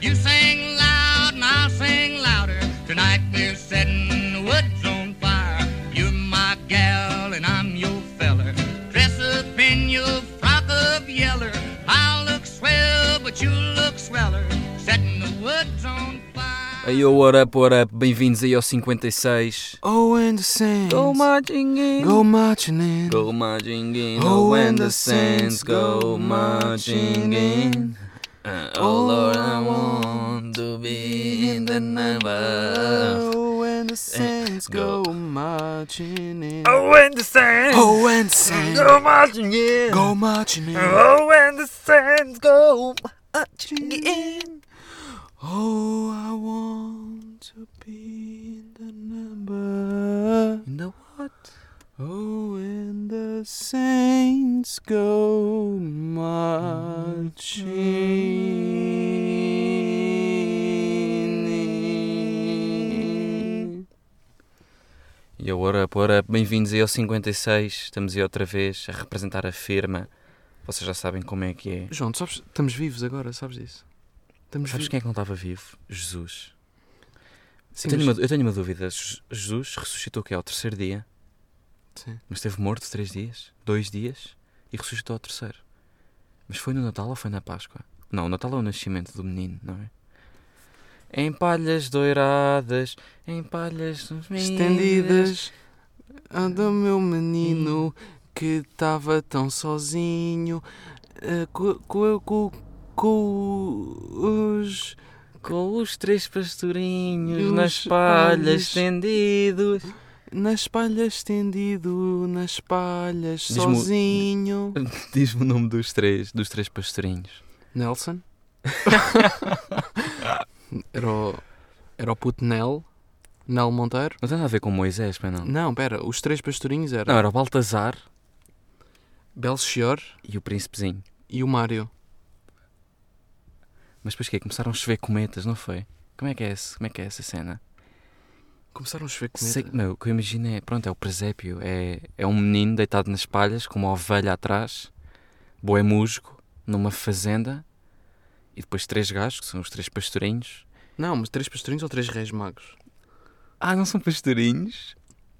You sing loud and I'll sing louder. Tonight we're setting the woods on fire. You're my gal and I'm your feller. Dress up in your frock of yeller. I'll look swell, but you look sweller. Setting the woods on fire. Aí, oh, what up, what up? Bem-vindos aí ao 56. Oh, and the saints Go marching in. go marching in. Go marching in. Oh, Oh, and and the the saints saints go go marching marching in. in. Uh, oh, Lord, I want to be in the number. Oh, and the saints go marching in. Oh, and the saints. Oh, and the saints marching in. go marching in. Oh, and the saints go marching Oh, I want to be in the number. In the what? Oh, and the saints go marching in. Yo, what up, what up? Bem-vindos aí ao 56. Estamos aí outra vez a representar a firma. Vocês já sabem como é que é. João, tu sabes, estamos vivos agora, sabes disso? Estamos Sabes vivos. quem é que não estava vivo? Jesus. Sim, eu, tenho mas- uma, eu tenho uma dúvida. Je- Jesus ressuscitou o quê? Ao terceiro dia? Sim. Mas esteve morto três dias? Dois dias? E ressuscitou ao terceiro. Mas foi no Natal ou foi na Páscoa? Não, o Natal é o nascimento do menino, não é? Em palhas douradas, em palhas estendidas a do Hum. meu menino que estava tão sozinho ah, com os Com os três pastorinhos E nas os palhas palhos. estendidos. nas palhas estendido nas palhas Diz-me o- sozinho Diz-me o nome dos três, dos três pastorinhos. Nelson era o, era o puto Nel Nel Monteiro Não tem nada a ver com Moisés, mas não. não, pera, os três pastorinhos Não, eram era o Baltazar Belchior e o príncipezinho. e o Mário Mas depois quê? Começaram a chover cometas, não foi? Como é que é, esse? Como é, que é essa cena? começaram a chover comida Sei, meu, o que eu imagino é, pronto, é o presépio. É, é um menino deitado nas palhas, com uma ovelha atrás, boé musgo, numa fazenda, e depois três gajos, que são os três pastorinhos. não, mas três pastorinhos ou três reis magos Ah, não são pastorinhos?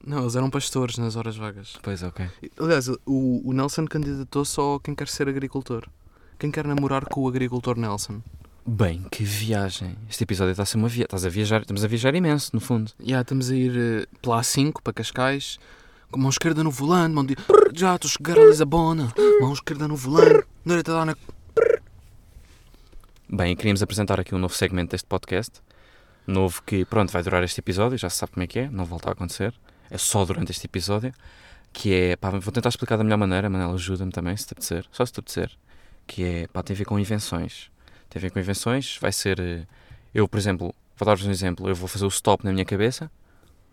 não, eles eram pastores nas horas vagas Pois, ok. Aliás, o, o Nelson candidatou só quem quer ser agricultor. Quem quer namorar com o agricultor Nelson. Bem, que viagem. Este episódio está a ser uma viagem. Estás a viajar, estamos a viajar imenso, no fundo. Já estamos a ir eh, pela A5 para Cascais, com mão esquerda no volante, mão direita. Já estou a chegar a Lisabona, mão esquerda no volante, direita lá na. Bem, queríamos apresentar aqui um novo segmento deste podcast. Novo que, pronto, vai durar este episódio, já se sabe como é que é, não volta a acontecer. É só durante este episódio. Que é, pá, vou tentar explicar da melhor maneira, Manela, ajuda-me também, se te apetecer, só se te apetecer. Que é, pá, tem a ver com invenções. Tem a ver com invenções, vai ser. eh, Eu, por exemplo, vou dar-vos um exemplo, eu vou fazer o stop na minha cabeça,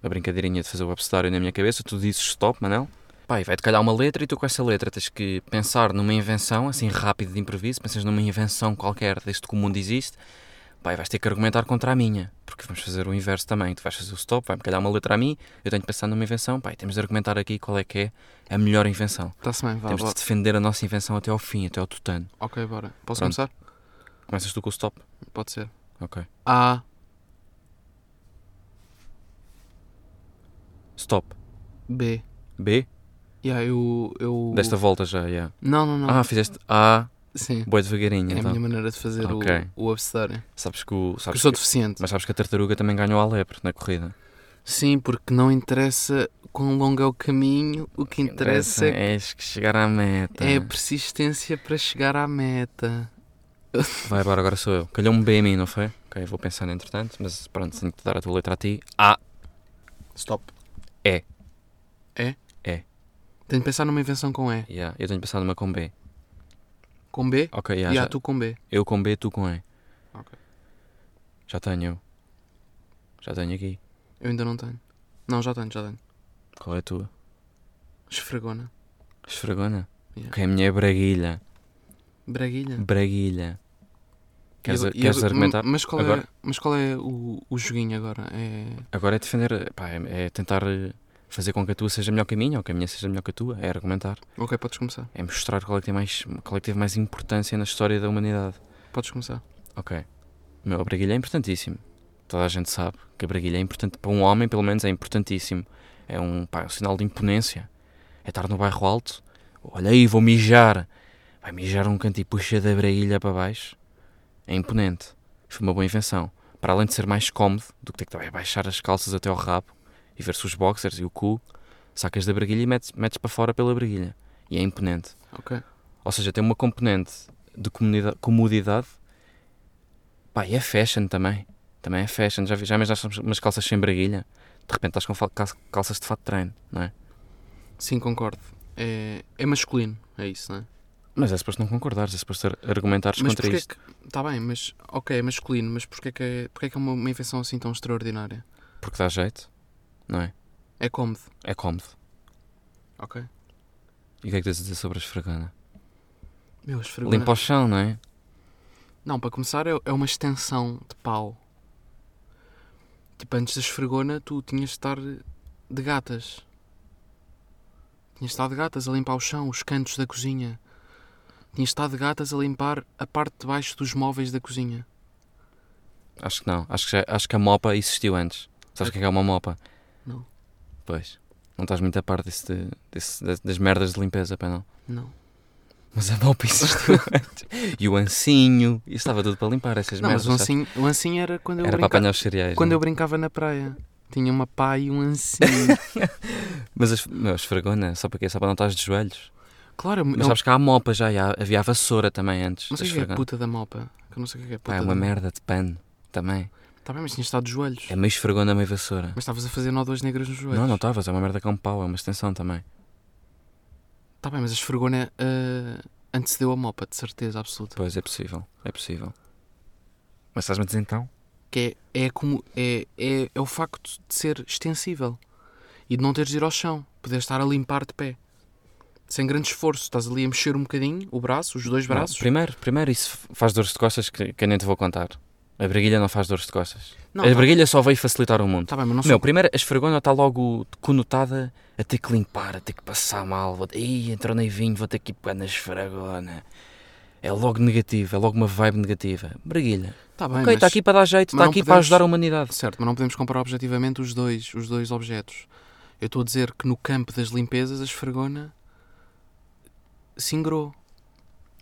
a brincadeirinha de fazer o abcedário na minha cabeça, tu dizes stop, Manel. Pá, e vai-te calhar uma letra e tu com essa letra tens que pensar numa invenção, assim rápido de improviso, pensas numa invenção qualquer desde que o mundo existe, pá, e vais ter que argumentar contra a minha, porque vamos fazer o inverso também, tu vais fazer o stop, vai-me calhar uma letra a mim, eu tenho que pensar numa invenção, pá, e temos de argumentar aqui qual é que é a melhor invenção. Está-se bem, vá, temos bora. de defender a nossa invenção até ao fim, até ao tutano. Ok, bora. Posso Pronto. começar? Começas tu com o stop? Pode ser. Ok. A. Stop. B. B? Yeah, eu, eu. Desta volta já, yeah. Não, não, não. Ah, fizeste A, Sim. boi devagarinho, É a então. minha maneira de fazer Ok. o, o abecedário. Sabes que o... Porque Sabes sou que... deficiente. Mas sabes que a tartaruga também ganhou a lepre na corrida. Sim, porque não interessa quão longo é o caminho, o que interessa é é que chegar à meta. É a persistência para chegar à meta. Vai, bora, agora sou eu. Calhou-me bem a mim, não foi? Ok, vou pensando entretanto, mas pronto, tenho que te dar a tua letra a ti. Ah, A. Stop. É. É? É. Tenho de pensar numa invenção com E. Yeah, eu tenho pensado uma com B. Com B? Ok, E yeah, há já- tu com B. eu com B, tu com E. Ok. Já tenho eu. Já tenho aqui. Eu ainda não tenho. Não, já tenho, já tenho. Qual é a tua? Esfregona. Esfregona? Yeah. Ok, a minha é Braguilha. Braguilha. Braguilha. Queres, E a- ag- e queres ag- argumentar? Mas qual é, Agora? mas qual é o, o joguinho agora? É... Agora é defender, pá, é, é tentar eh, fazer com que a tua seja melhor que a minha ou que a minha seja melhor que a tua. É argumentar. Ok, podes começar. É mostrar qual é que, tem mais, qual é que teve mais importância na história da humanidade. Podes começar. Ok. Meu, a braguilha é importantíssimo. Toda a gente sabe que a braguilha é importante. Para um homem, pelo menos, é importantíssimo. É um, pá, é um sinal de imponência. É estar no bairro alto. Olha aí, vou mijar. Vai mijar um canto e puxa da braguilha para baixo. É imponente. Foi uma boa invenção. Para além de ser mais cómodo do que ter que também baixar as calças até ao rabo e ver-se os boxers e o cu, sacas da braguilha e metes, metes para fora pela braguilha. E é imponente. Ok. Ou seja, tem uma componente de comunida- comodidade. Pá, e é fashion também. Também é fashion. Já, vi- já imaginaste umas- umas calças sem braguilha? De repente estás com fa- cal- calças de fato de treino, não é? Sim, concordo. É, é masculino, é isso, não é? Mas é suposto não concordares, é suposto ar- argumentares mas contra porquê isto. que. Está bem, mas. Ok, é masculino, mas porquê que é, porquê que é uma, uma invenção assim tão extraordinária? Porque dá jeito, não é? É cómodo, É cómodo. ok? E o que é que tens a dizer sobre a esfregana? Meu, esfregou. Limpa o chão, não é? Não, para começar, é, é uma extensão de pau. Tipo, antes da esfregona, tu tinhas de estar de gatas. Tinhas de estar de gatas a limpar o chão, os cantos da cozinha. Tinhas de estar de gatas a limpar a parte de baixo dos móveis da cozinha. Acho que não. Acho que, já- acho que a mopa existiu antes. Sabes o que é que é uma mopa? Não. Pois. Não estás muito a par desse, de- desse- das, das merdas de limpeza, pá, não? Não. Mas a mopa existiu antes. E o ancinho. Isso estava tudo para limpar essas Não, merdas. mas o sabes? ancinho, o ancinho era quando eu Era para brincava. apanhar os cereais. Quando não? é? eu brincava na praia. Tinha uma pá e um ancinho. Mas as, meu, esfregona, só para quê? Só para não estás de joelhos. claro, Mas sabes que há a mopa já, e há- havia a vassoura também antes. mas da o que é que é esfregona. puta da mopa? Que eu não sei o que é que é puta Pá, é da uma mopa. merda de pano também. Tá bem, mas tinha estado de joelhos. É meio esfregona, meio vassoura. Mas estavas a fazer nó dois negros nos joelhos. Não, não estavas, é uma merda com pau, é uma extensão também. Tá bem, mas a esfregona ah, antecedeu a mopa, de certeza absoluta. Pois é possível, é possível. Mas estás-me a dizer então? Que é, é como. É, é, é o facto de ser extensível e de não teres de ir ao chão, poderes estar a limpar de pé. Sem grande esforço, estás ali a mexer um bocadinho o braço, os dois braços. Não, primeiro, primeiro isso faz dores de costas que, que eu nem te vou contar. A braguilha não faz dores de costas. Não, a tá- braguilha só veio facilitar o mundo. tá bem, mas não sou. Meu, primeiro, a esfregona está logo conotada a ter que limpar, a ter que passar mal. Vou... Ih, entrou nem vinho, vou ter que ir pegar na esfregona. É logo negativo, é logo uma vibe negativa. Braguilha. Tá bem, ok, está mas- aqui para dar jeito, mas está não aqui para podemos- ajudar a humanidade. Certo, mas não podemos comparar objetivamente os dois, os dois objetos. Eu estou a dizer que no campo das limpezas a esfregona se engrou.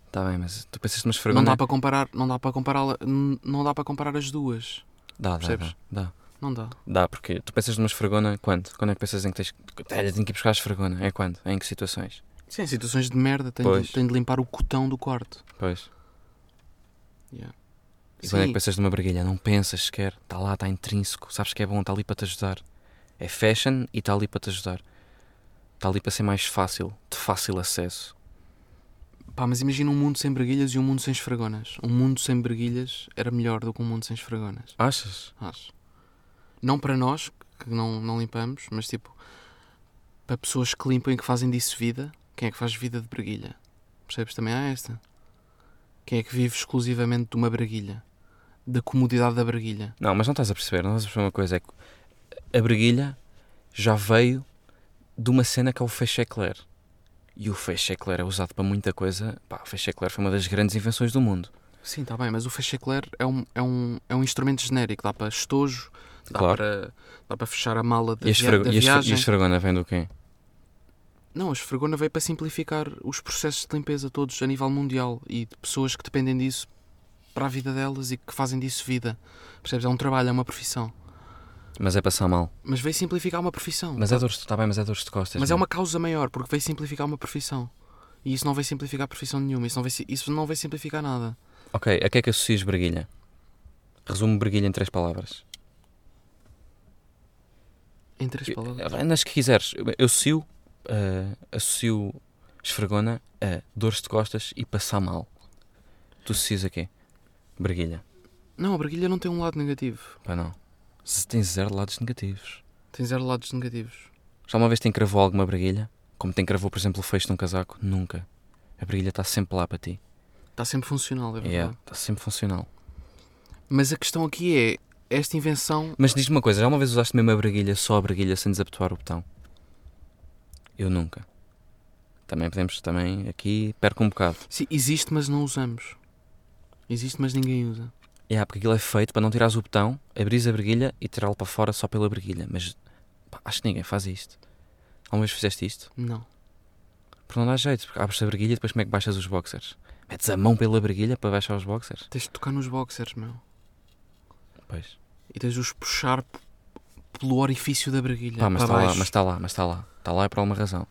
Está Tá bem, mas tu pensas numa Não esfregona. é? dá para comparar, não dá para compará-la, n- não dá para comparar as duas. Dá, dá, percebes? dá, dá. Não dá. Dá, porque tu pensas numa esfregona quando? Quando é que pensas em que tens. Olha, tenho que ir buscar a esfregona. É quando? Em que situações? Sim, em situações de merda, tem, Pois. de, tem de limpar o cotão do quarto. Pois. Yeah. E quando é que Sim, pensas numa braguilha? Não pensas sequer. Está lá, está intrínseco. Sabes que é bom, está ali para te ajudar. É fashion e está ali para te ajudar. Está ali para ser mais fácil, de fácil acesso. pá, mas imagina um mundo sem braguilhas e um mundo sem esfregonas. Um mundo sem braguilhas era melhor do que um mundo sem esfregonas, Achas? acho. Não para nós, que não, não limpamos, mas tipo, para pessoas que limpam e que fazem disso vida, quem é que faz vida de braguilha? Percebes? Também há esta. Quem é que vive exclusivamente de uma braguilha? Da comodidade da braguilha. Não, mas não estás a perceber. Não estás a perceber uma coisa. É que a braguilha já veio de uma cena que é o feixe eclair. E o feixe eclair é usado para muita coisa. Pá, o feixe eclair foi uma das grandes invenções do mundo. Sim, está Tá bem, mas o fechecler é um, é, um, é um instrumento genérico, dá para estojo, dá, Claro. para, dá para fechar a mala da, E a, via- esfrego- da e a esfre- e a viagem. esfregona vem do quê? Não, a esfregona veio para simplificar os processos de limpeza todos a nível mundial e de pessoas que dependem disso para a vida delas e que fazem disso vida. Percebes? É um trabalho, é uma profissão. Mas é passar mal. Mas veio simplificar uma profissão. Mas é dores, está bem, mas é dores de costas. Mas é não uma causa maior, porque veio simplificar uma profissão. E isso não vai simplificar profissão nenhuma, isso não vai, si- isso não vai simplificar nada. Ok, a que é que associas breguilha? Resumo breguilha em três palavras. Em três palavras. Eh, Nas que quiseres. Eu- Eu associo, eh, associo esfregona a dores de costas e passar mal. Tu associas a quê? Breguilha. Não, a braguilha não tem um lado negativo. Pá, não. Se tens zero lados negativos. Tem zero lados negativos. Já uma vez te encravou alguma breguilha? Como te encravou, por exemplo, o fecho de um casaco? Nunca. A breguilha está sempre lá para ti. Está sempre funcional, é É, verdade. está sempre funcional. Mas a questão aqui é, esta invenção... Mas diz-me uma coisa, já uma vez usaste mesmo a braguilha, só a braguilha, sem desapetuar o botão? Eu nunca. Também podemos, também, aqui perco um bocado. Sim, existe, mas não usamos. Existe, mas ninguém usa. Yeah, porque aquilo é feito para não tirares o botão, abris a briguilha e tirá-lo para fora só pela briguilha. Mas pá, acho que ninguém faz isto. Alguma vez fizeste isto? Não. Porque não dá jeito, porque abres a briguilha e depois como é que baixas os boxers? Metes a mão pela briguilha para baixar os boxers? Tens de tocar nos boxers, meu. Pois. E tens de os puxar p- pelo orifício da briguilha. Pá, mas para está lá, baixo. mas está lá, mas está lá. Está lá é por alguma razão.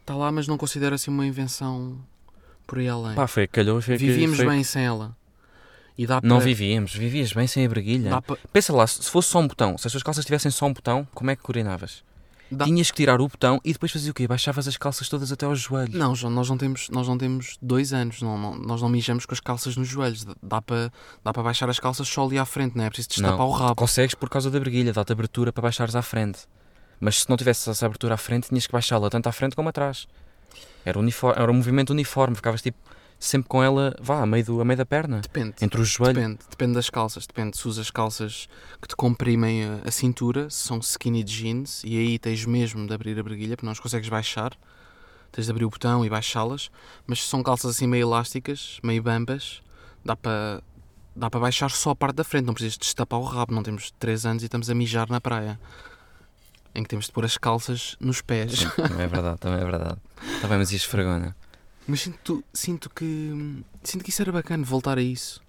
Está lá, mas não considero assim uma invenção por aí além. Pá, foi, calhou, foi que- Vivíamos foi- bem sem ela. E dá Não para- vivíamos, vivias bem sem a briguilha. Dá para. Pensa lá, se fosse só um botão, se as tuas calças tivessem só um botão, como é que urinavas? Dá- Tinhas que tirar o botão e depois fazias o quê? Baixavas as calças todas até aos joelhos. Não, João, nós não temos, nós não temos dois anos, não, não- nós não mijamos com as calças nos joelhos. Dá- Dá para dá para baixar as calças só ali à frente, não é? É preciso destapar o rabo. Consegues por causa da briguilha, dá-te abertura para baixares à frente. Mas se não tivesse essa abertura à frente, tinhas que baixá-la tanto à frente como atrás. Era, uniforme, era um movimento uniforme, ficavas tipo sempre com ela, vá, a meio, do, a meio da perna, Depende. entre os joelhos. Depende, depende das calças. Depende se usas calças que te comprimem a, a cintura, se são skinny jeans, e aí tens mesmo de abrir a briguilha, porque não as consegues baixar. Tens de abrir o botão e baixá-las. Mas se são calças assim meio elásticas, meio bambas, dá para dá para baixar só a parte da frente. Não precisas destapar o rabo. Não temos 3 anos e estamos a mijar na praia. Em que temos de pôr as calças nos pés. Também é verdade, também é verdade. Está bem, mas e a esfregona? Mas sinto, sinto que. Sinto que isso era bacana, voltar a isso.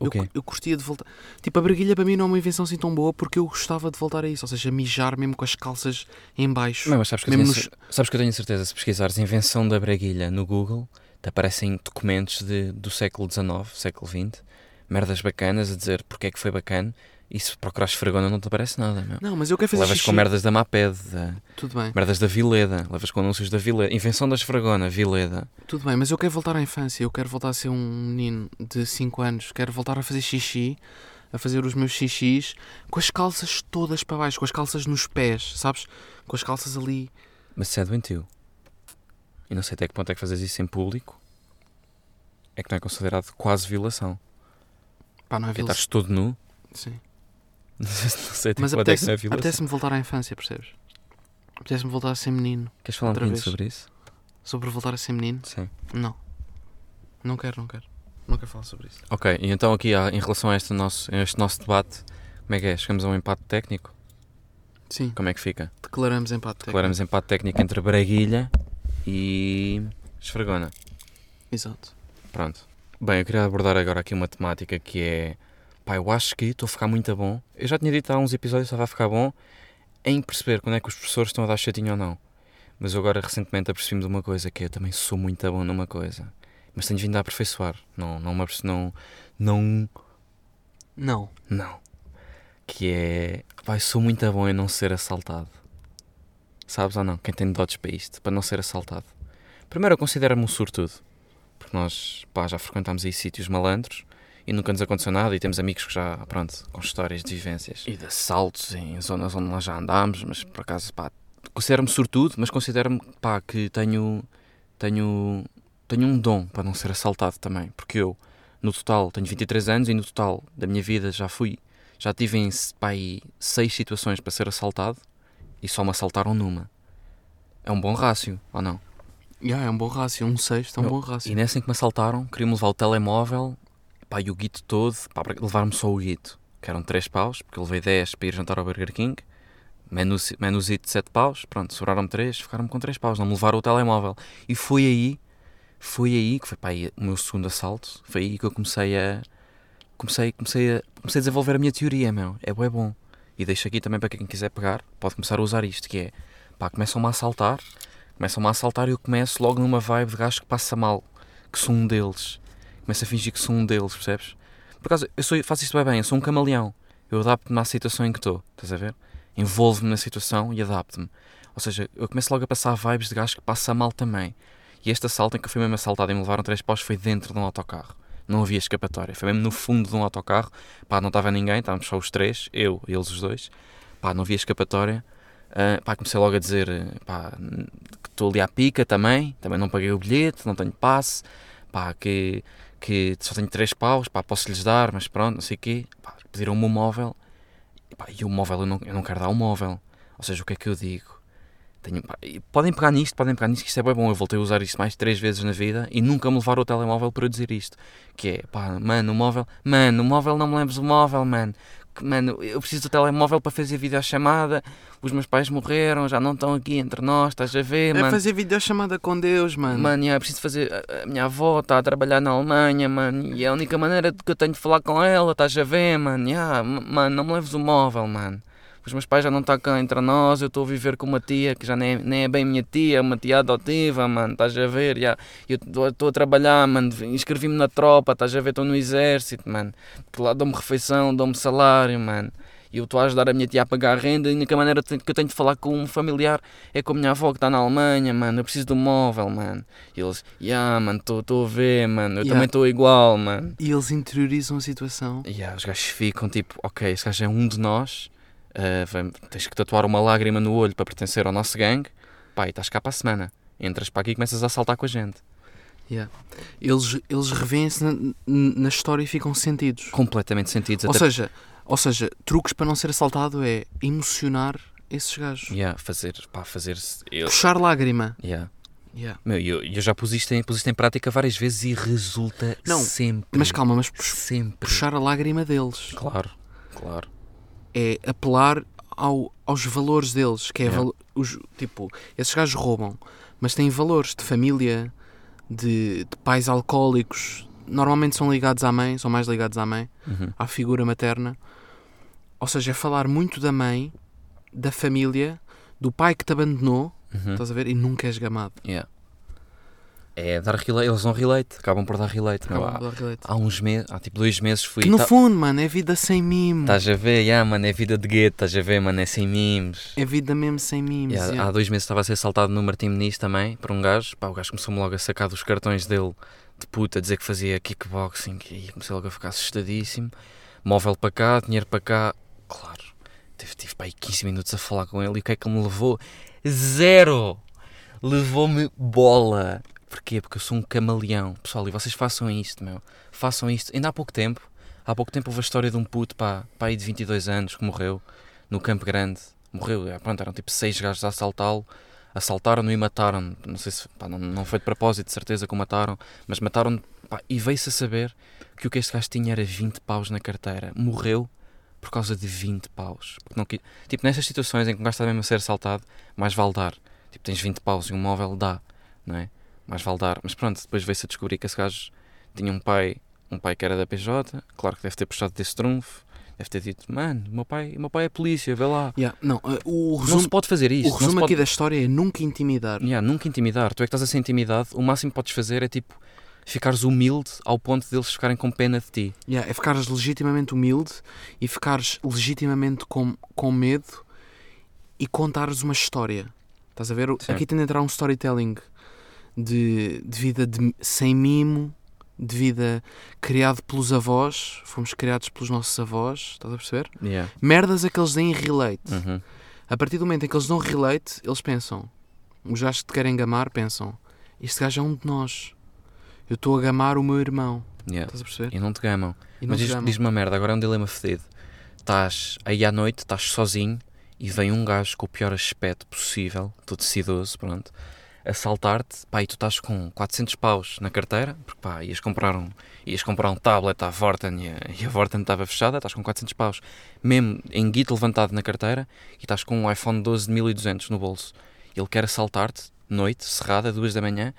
O Eu, quê? cu- eu curtia de voltar. Tipo, a briguilha para mim não é uma invenção assim tão boa porque eu gostava de voltar a isso. Ou seja, mijar mesmo com as calças em baixo. Não, mas sabes que, eu tenho, Mesmo cer- sabes que eu tenho certeza, se pesquisares invenção da breguilha no Google, te aparecem documentos de, do século XIX, século XX, merdas bacanas a dizer porque é que foi bacana, e se procurares fregona não te aparece nada, meu. Não, mas eu quero fazer Levas xixi. com merdas da Maped, da- Tudo bem, merdas da Vileda, levas com anúncios da Vileda, invenção da esfregona, Vileda. tudo bem, mas eu quero voltar à infância. Eu quero voltar a ser um menino de 5 anos. Quero voltar a fazer xixi, a fazer os meus xixis com as calças todas para baixo, com as calças nos pés, sabes? Com as calças ali. Mas isso é doentio. E não sei até que ponto é que fazes isso em público, é que não é considerado quase violação. Pá, não é É vil... estares todo nu, Sim. não sei até Mas que ponto é que apetece- não é violação. apetece-me voltar à infância, percebes? Apetece-me voltar a ser menino. Queres falar um outra bocadinho vez. sobre isso? Sobre voltar a ser menino? Sim. Não. Não quero, não quero. Não quero falar sobre isso. Ok, e então aqui ah, em relação a este nosso, a este nosso debate, como é que é? Chegamos a um empate técnico? Sim, Como é que fica? declaramos empate técnico. Declaramos empate técnico entre Braguilha e Esfregona. Exato. Pronto. Bem, eu queria abordar agora aqui uma temática que é... Pá, eu acho que estou a ficar muito bom. Eu já tinha dito há uns episódios que estava a ficar bom em perceber quando é que os professores estão a dar chatinho ou não. Mas eu agora recentemente apercebi-me de uma coisa, que é eu também sou muito bom numa coisa. Mas tenho vindo a aperfeiçoar. Não, não, me aperce- não, não Não. Não. Que é. Pai, sou muito bom em não ser assaltado. Sabes ou não? Quem tem dotes para isto, para não ser assaltado. Primeiro, eu considero-me um sortudo. Porque nós, pá, já frequentámos aí sítios malandros e nunca nos aconteceu nada e temos amigos que já, pronto, com histórias de vivências. E de assaltos em zonas onde nós já andámos, mas por acaso, pá, considero-me sortudo, mas considero-me, pá, que tenho. tenho. tenho um dom para não ser assaltado também. Porque eu, no total, tenho 23 anos e no total da minha vida já fui, já tive em pá, aí, seis situações para ser assaltado e só me assaltaram numa. É um bom rácio, ou não? Yeah, é um bom rácio, um sexto é um Eu- bom E rácio. nessa em que me assaltaram, queriam levar o telemóvel pá, e o guito todo, pá, para levar-me só o guito, que eram 3 paus, porque eu levei 10 para ir jantar ao Burger King, menu, menuzito de 7 paus, pronto, sobraram-me 3, ficaram-me com 3 paus, não me levaram o telemóvel. E foi aí, foi aí que foi pá, aí, o meu segundo assalto, foi aí que eu comecei a. Comecei, comecei, a, comecei a desenvolver a minha teoria, meu. É bué bom. E deixo aqui também para quem quiser pegar, pode começar a usar isto, que é, pá, começam-me a assaltar, começam-me a assaltar e eu começo logo numa vibe de gajo que passa mal que sou um deles. Começo a fingir que sou um deles, percebes? Por acaso, eu sou- faço isto bem bem, eu sou um camaleão. Eu adapto-me à situação em que estou, estás a ver? Envolvo-me na situação e adapto-me. Ou seja, eu começo logo a passar vibes de gajo que passa mal também. E este assalto em que eu fui mesmo assaltado e me levaram três paus foi dentro de um autocarro. Não havia escapatória. Foi mesmo no fundo de um autocarro. Pá, não estava ninguém, estávamos só os três, eu e eles os dois. Pá, não havia escapatória. Ah, pá, comecei logo a dizer, eh, pá, que estou ali à pica também. Também não paguei o bilhete, não tenho passe pá, que, que só tenho três paus, pá, posso lhes dar, mas pronto, não sei o quê. Pá, pediram-me um móvel, e, pá, e o móvel eu não, eu não quero dar o móvel. Ou seja, o que é que eu digo? Tenho- pá, e podem pegar nisto, podem pegar nisto, que isto é bem bom. Eu voltei a usar isto mais três vezes na vida e nunca me levaram o telemóvel para eu dizer isto. Que é, pá, mano, o móvel, mano, o móvel não me lembres o móvel, mano. Que, Mano, eu preciso do telemóvel para fazer videochamada. Os meus pais morreram, já não estão aqui entre nós, estás a ver, É mano. fazer videochamada com Deus, mano. Mano, é preciso fazer. a- A minha avó está a trabalhar na Alemanha, mano, e é a única maneira de que eu tenho de falar com ela, estás a ver, mano? Ya, m- mano, não me leves o móvel, mano. Os meus pais já não estão cá entre nós, eu estou a viver com uma tia que já nem é, nem é bem minha tia, é uma tia adotiva, mano, estás a ver? ya. Eu estou a- estou a trabalhar, mano, inscrevi-me na tropa, estás a ver? Estou no exército, mano. Porque lá dão-me refeição, dão-me salário, mano. E eu estou a ajudar a minha tia a pagar a renda e a única maneira que eu tenho de falar com um familiar é com a minha avó que está na Alemanha, mano. Eu preciso do móvel, mano. E eles, yeah, mano, estou a ver, mano. Eu Yeah. também estou igual, mano. E eles interiorizam a situação. E yeah, os gajos ficam tipo, ok, esse gajo é um de nós. ah, vem- tens que tatuar uma lágrima no olho para pertencer ao nosso gangue. Pá, e estás cá para a semana. Entras para aqui e começas a saltar com a gente. Yeah. Eles, eles revêem-se na, na história e ficam sentidos. Completamente sentidos. Ou até- seja, ou seja, truques para não ser assaltado é emocionar esses gajos. Yeah, fazer, pá, fazer-se. eu- Puxar lágrima. Yeah. Yeah. Meu, eu, eu já pus isto, em, pus isto em prática várias vezes e resulta Não, sempre. Mas calma, mas pux- sempre. puxar a lágrima deles Claro, claro. é apelar ao- aos valores deles, que é Yeah. valo- os, tipo, esses gajos roubam, mas têm valores de família, de, de pais alcoólicos, normalmente são ligados à mãe, são mais ligados à mãe, Uhum. à figura materna. Ou seja, é falar muito da mãe, da família, do pai que te abandonou, Uhum. estás a ver? E nunca é esgamado. Yeah. É dar relate, eles não relate, acabam por dar relate. meu. Acabam de há, dar relate. há uns meses, há tipo dois meses fui. Que no tá- fundo, mano, é vida sem mimo. Estás a ver, yeah, mano, é vida de gueto, estás a ver, mano, é sem mimos. É vida mesmo sem mimos. Yeah, yeah. Há dois meses estava a ser assaltado no Martim Meniz também, por um gajo. Pá, o gajo começou-me logo a sacar dos cartões dele de puta, a dizer que fazia kickboxing e comecei logo a ficar assustadíssimo. Móvel para cá, dinheiro para cá. Claro, tive, tive pá, aí 15 minutos a falar com ele e o que é que ele me levou? Zero! Levou-me bola. Porquê? Porque eu sou um camaleão. Pessoal, e vocês façam isto, meu. Façam isto. Ainda há pouco tempo, há pouco tempo houve a história de um puto, pá, pá aí de 22 anos que morreu no Campo Grande. Morreu, é, pronto, eram tipo seis gajos a assaltá-lo. Assaltaram-no e mataram-no. Não sei se, pá, não, não foi de propósito, de certeza que o mataram, mas mataram-no. pá, E veio-se a saber que o que este gajo tinha era 20 paus na carteira. Morreu por causa de 20 paus. Porque não qui- Tipo, nestas situações em que um gajo está mesmo a ser assaltado, mais vale dar. Tipo, tens 20 paus e um móvel dá, não é? Mais vale dar. Mas pronto, depois veio-se a descobrir que esse gajo tinha um pai, um pai que era da PJ, claro que deve ter puxado desse trunfo, deve ter dito, mano, meu pai, meu pai é polícia, vê lá. Yeah, Não, eh, o não resumo, se pode fazer isto. o resumo não se aqui pode... da história é nunca intimidar. Yeah, nunca intimidar. Tu é que estás a ser intimidado. O máximo que podes fazer é tipo ficares humilde ao ponto deles ficarem com pena de ti. Yeah, é ficares legitimamente humilde e ficares legitimamente com, com medo e contares uma história. Estás a ver? Sim. Aqui tem de entrar um storytelling de, de vida de- sem mimo, de vida criado pelos avós, fomos criados pelos nossos avós, estás a perceber? Yeah. Merdas a que eles deem relate. Uhum. A partir do momento em que eles dão relate, eles pensam. Os gajos que te querem gamar pensam: este gajo é um de nós. Eu estou a gamar o meu irmão. Yeah. Estás a perceber? E não te gamam. E não Mas te diz- gamam. diz-me uma merda, agora é um dilema fedido. Estás aí à noite, estás sozinho e vem um gajo com o pior aspecto possível, todo cidoso, pronto, assaltar-te, pá, e tu estás com 400 paus na carteira, porque pá, ias comprar um, ias comprar um tablet à Vorten e a, e a Vorten estava fechada, estás com 400 paus, mesmo em guito levantado na carteira e estás com um iPhone 12 de 1200 no bolso. Ele quer assaltar-te, noite, cerrada, duas da manhã,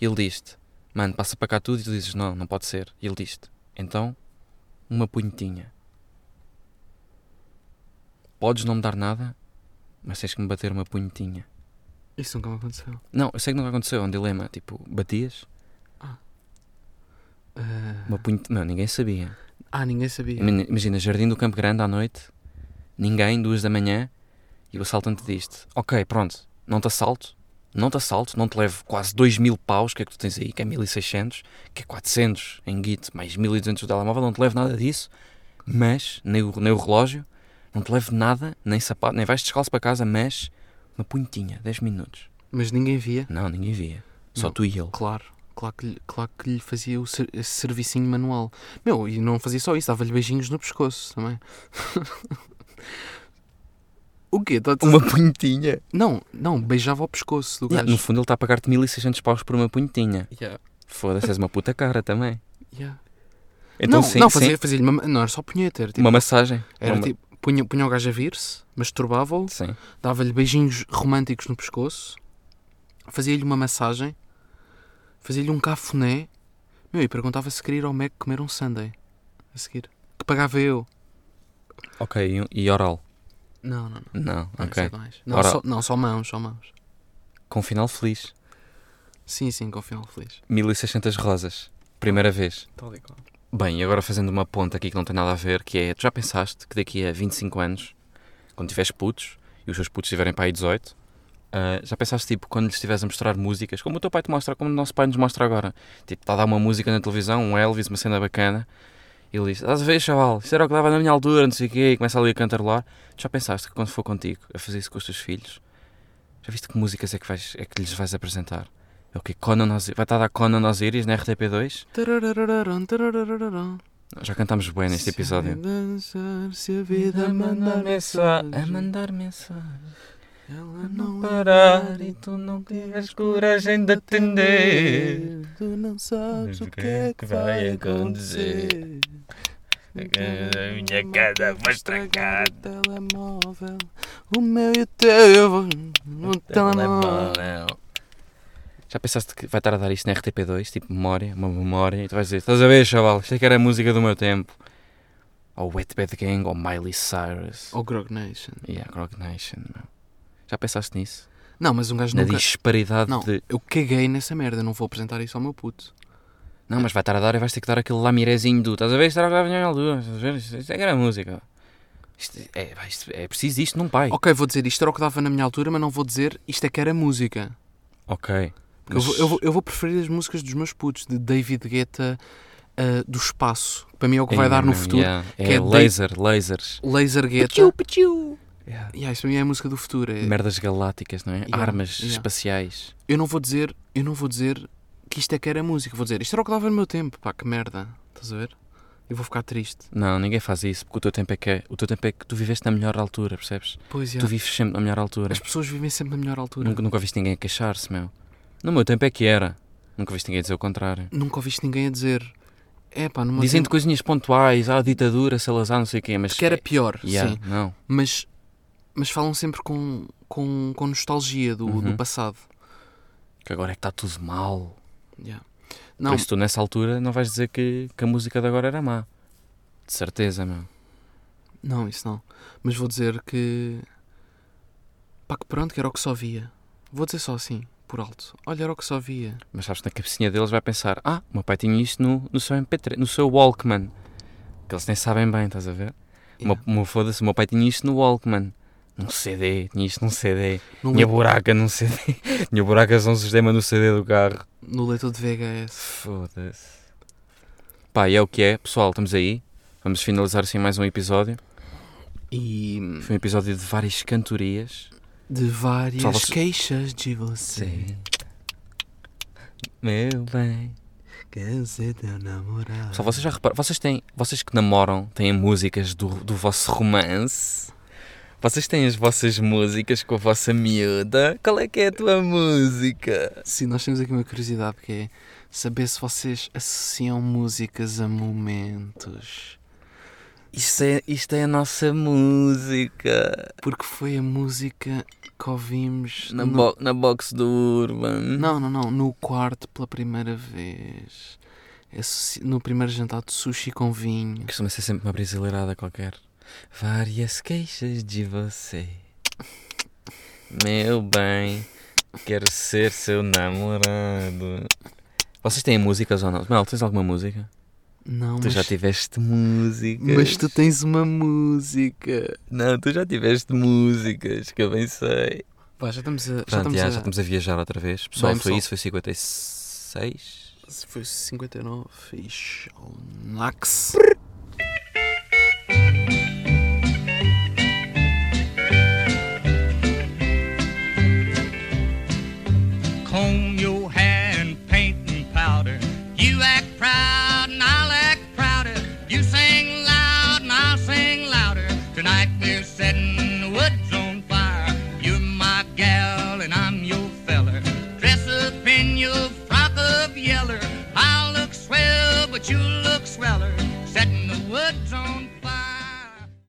e ele diz-te, mano, passa para cá tudo, e tu dizes, não, não pode ser. E ele diz-te, então, uma punhetinha. Podes não me dar nada, mas tens que me bater uma punhetinha. Isso nunca me aconteceu. Não, eu sei que nunca aconteceu, é um dilema. Tipo, batias, Ah, uma punhetinha. Não, ninguém sabia. Ah, ninguém sabia. Imagina, imagina, jardim do Campo Grande à noite, ninguém, duas da manhã, e o assaltante diz-te: Ok, pronto, não te assalto, não te assalto, não te levo quase 2 mil paus, que é que tu tens aí, que é 1600, que é 400 em guito, mais 1200 do telemóvel, não te levo nada disso, mas, nem o, nem o relógio, não te levo nada, nem sapato, nem vais descalço para casa, mas uma punhetinha, 10 minutos. Mas ninguém via. Não, ninguém via, só Não. tu e ele. Claro. Claro que, lhe- claro que lhe fazia o ser- esse servicinho manual. Meu, e não fazia só isso, dava-lhe beijinhos no pescoço também. O quê? Tá-te- Uma punhetinha. Não, não, beijava o pescoço do Yeah, gajo. no fundo, ele está a pagar-te 1600 paus por uma punhetinha. Yeah, Foda-se, és uma puta cara também. yeah. Então, não, sim, não, sim, fazia- fazia-lhe uma, não era só punheta, era tipo, uma massagem. era Uma- tipo punha, punha o gajo a vir-se, masturbava-o, Sim. dava-lhe beijinhos românticos no pescoço, fazia-lhe uma massagem, fazia-lhe um cafuné, meu, e perguntava se queria ir ao Mac comer um Sunday a seguir. Que pagava eu. Ok, e, e oral? Não, não, não. Não, Não, isso ok. é demais. não, Ora- só, não, só mãos, só mãos. Com final feliz. Sim, sim, com o final feliz. 1600 rosas. Primeira vez. Tal e qual. Bem, e agora fazendo uma ponta aqui que não tem nada a ver, que é, tu já pensaste que daqui a 25 anos, quando tiveres putos, e os teus putos tiverem para aí 18, ah, já pensaste, tipo, quando lhes estiveres a mostrar músicas, como o teu pai te mostra, como o nosso pai nos mostra agora, tipo, está a dar uma música na televisão, um Elvis, uma cena bacana, e ele diz, estás a ver, chaval, isso era o que dava na minha altura, não sei o quê, e começa ali a cantarolar, tu já pensaste que quando for contigo, a fazer isso com os teus filhos, já viste que músicas é que, vais, é que lhes vais apresentar? É o quê? Conan Osiris, vai estar a dar Conan Osiris na RTP2? Tararararam, tararararam. Já cantámos bem É neste Se episódio. a dançar, se a vida mandar mensagem, mandar mensagem, ela não irá tu não tiveres coragem coragem de atender. Tu não sabes o que é que vai acontecer. Então A minha cara vai estragar. O telemóvel, o meu e o teu. Eu vou no telemóvel. Já pensaste que vai estar a dar isto na RTP2? Tipo memória, uma memória, e tu vais dizer: estás a ver, chaval, isto é que era a música do meu tempo. Ou Wetbed Gang, ou Miley Cyrus. Ou Oh, Grog Nation. E a Grog Nation, meu. Já pensaste nisso? Não, mas um gajo Na nunca. disparidade Não, de. eu caguei nessa merda. Não vou apresentar isso ao meu puto. Não, mas vai estar a dar e vais ter que dar aquele lamirezinho do. Estás a ver? Isto era a minha altura. Estás a ver? Isto, isto é que era música. Isto é, pá, isto- é preciso isto num pai. Ok, vou dizer isto era o que dava na minha altura, mas não vou dizer isto é que era música. Ok. Eu vou, eu vou- eu vou preferir as músicas dos meus putos, de David Guetta, ah, do espaço. que Para mim é o que vai dar no futuro. É, que é laser, lasers. Laser Guetta. Yeah. Yeah, isso para mim é a música do futuro. é- Merdas galácticas, não é? Yeah, Armas yeah. espaciais. Eu não vou dizer, eu não vou dizer que isto é que era música. Vou dizer isto era o que dava no meu tempo. Pá, que merda. Estás a ver? Eu vou ficar triste. Não, ninguém faz isso, porque o teu tempo é que é- O teu tempo é que tu viveste na melhor altura, percebes? Pois é. Tu vives sempre na melhor altura. As pessoas vivem sempre na melhor altura. Nunca, nunca ouviste ninguém a queixar-se, meu. No meu tempo é que era. Nunca ouviste ninguém dizer o contrário. Nunca ouviste ninguém a dizer. É pá, numa Dizendo coisinhas pontuais, ah, ditadura, Salazar, não sei o quê, mas. é- que era pior. Yeah, Sim. Não. mas, mas falam sempre com, com, com nostalgia do, do Uhum. passado. que agora é que está tudo mal. Yeah. Não. Não, Pois tu nessa altura não vais dizer que, que a música de agora era má. De certeza, meu. não, isso não. Mas vou dizer que. Pá, que pronto, que era o que só via. Vou dizer só assim, por alto. Olha, era o que só via. Mas sabes, na cabecinha deles vai pensar, ah, o meu pai tinha isto no, no seu MP3, no seu Walkman. Que eles nem sabem bem, estás a ver? Yeah. O meu, o meu- foda-se, o meu pai tinha isto no Walkman. Num CD, tinha isto num CD. No, Tinha le... buraca num CD. tinha buraca são sistema no CD do carro. no leitor de VHS. Foda-se. Pá, e é o que é. Pessoal, estamos aí. Vamos finalizar assim mais um episódio. E. Foi um episódio de várias cantorias. De várias Pessoal, vocês- queixas de você. Sim. Meu bem. Quer ser teu namorado. Só vocês já reparam, vocês têm, vocês que namoram têm músicas do, do vosso romance. Vocês têm as vossas músicas com a vossa miúda. Qual é que é a tua música? Sim, nós temos aqui uma curiosidade que é saber se vocês associam músicas a momentos. Isto é, isto é a nossa música. Porque foi a música que ouvimos Na, no- bo- na box do Urban. Não, não, não. No quarto pela primeira vez. Associ- No primeiro jantar de sushi com vinho. Costuma ser sempre uma brasileirada qualquer. Várias queixas de você. Meu bem, quero ser seu namorado. Vocês têm músicas ou não? Mel, tens alguma música? Não, Tu mas, já tiveste músicas. mas tu tens uma música. Não, tu já tiveste músicas, que eu bem sei. Pá, já estamos a. já Pronto, estamos já, a... já estamos a viajar outra vez. Pessoal, Bem, foi pessoal. isso, foi 56. Se foi 59, fiz ao Nax. comb your hair and paint and powder. You act proud and I'll act prouder. You sing loud and I'll sing louder. Tonight we're setting the woods on fire. when you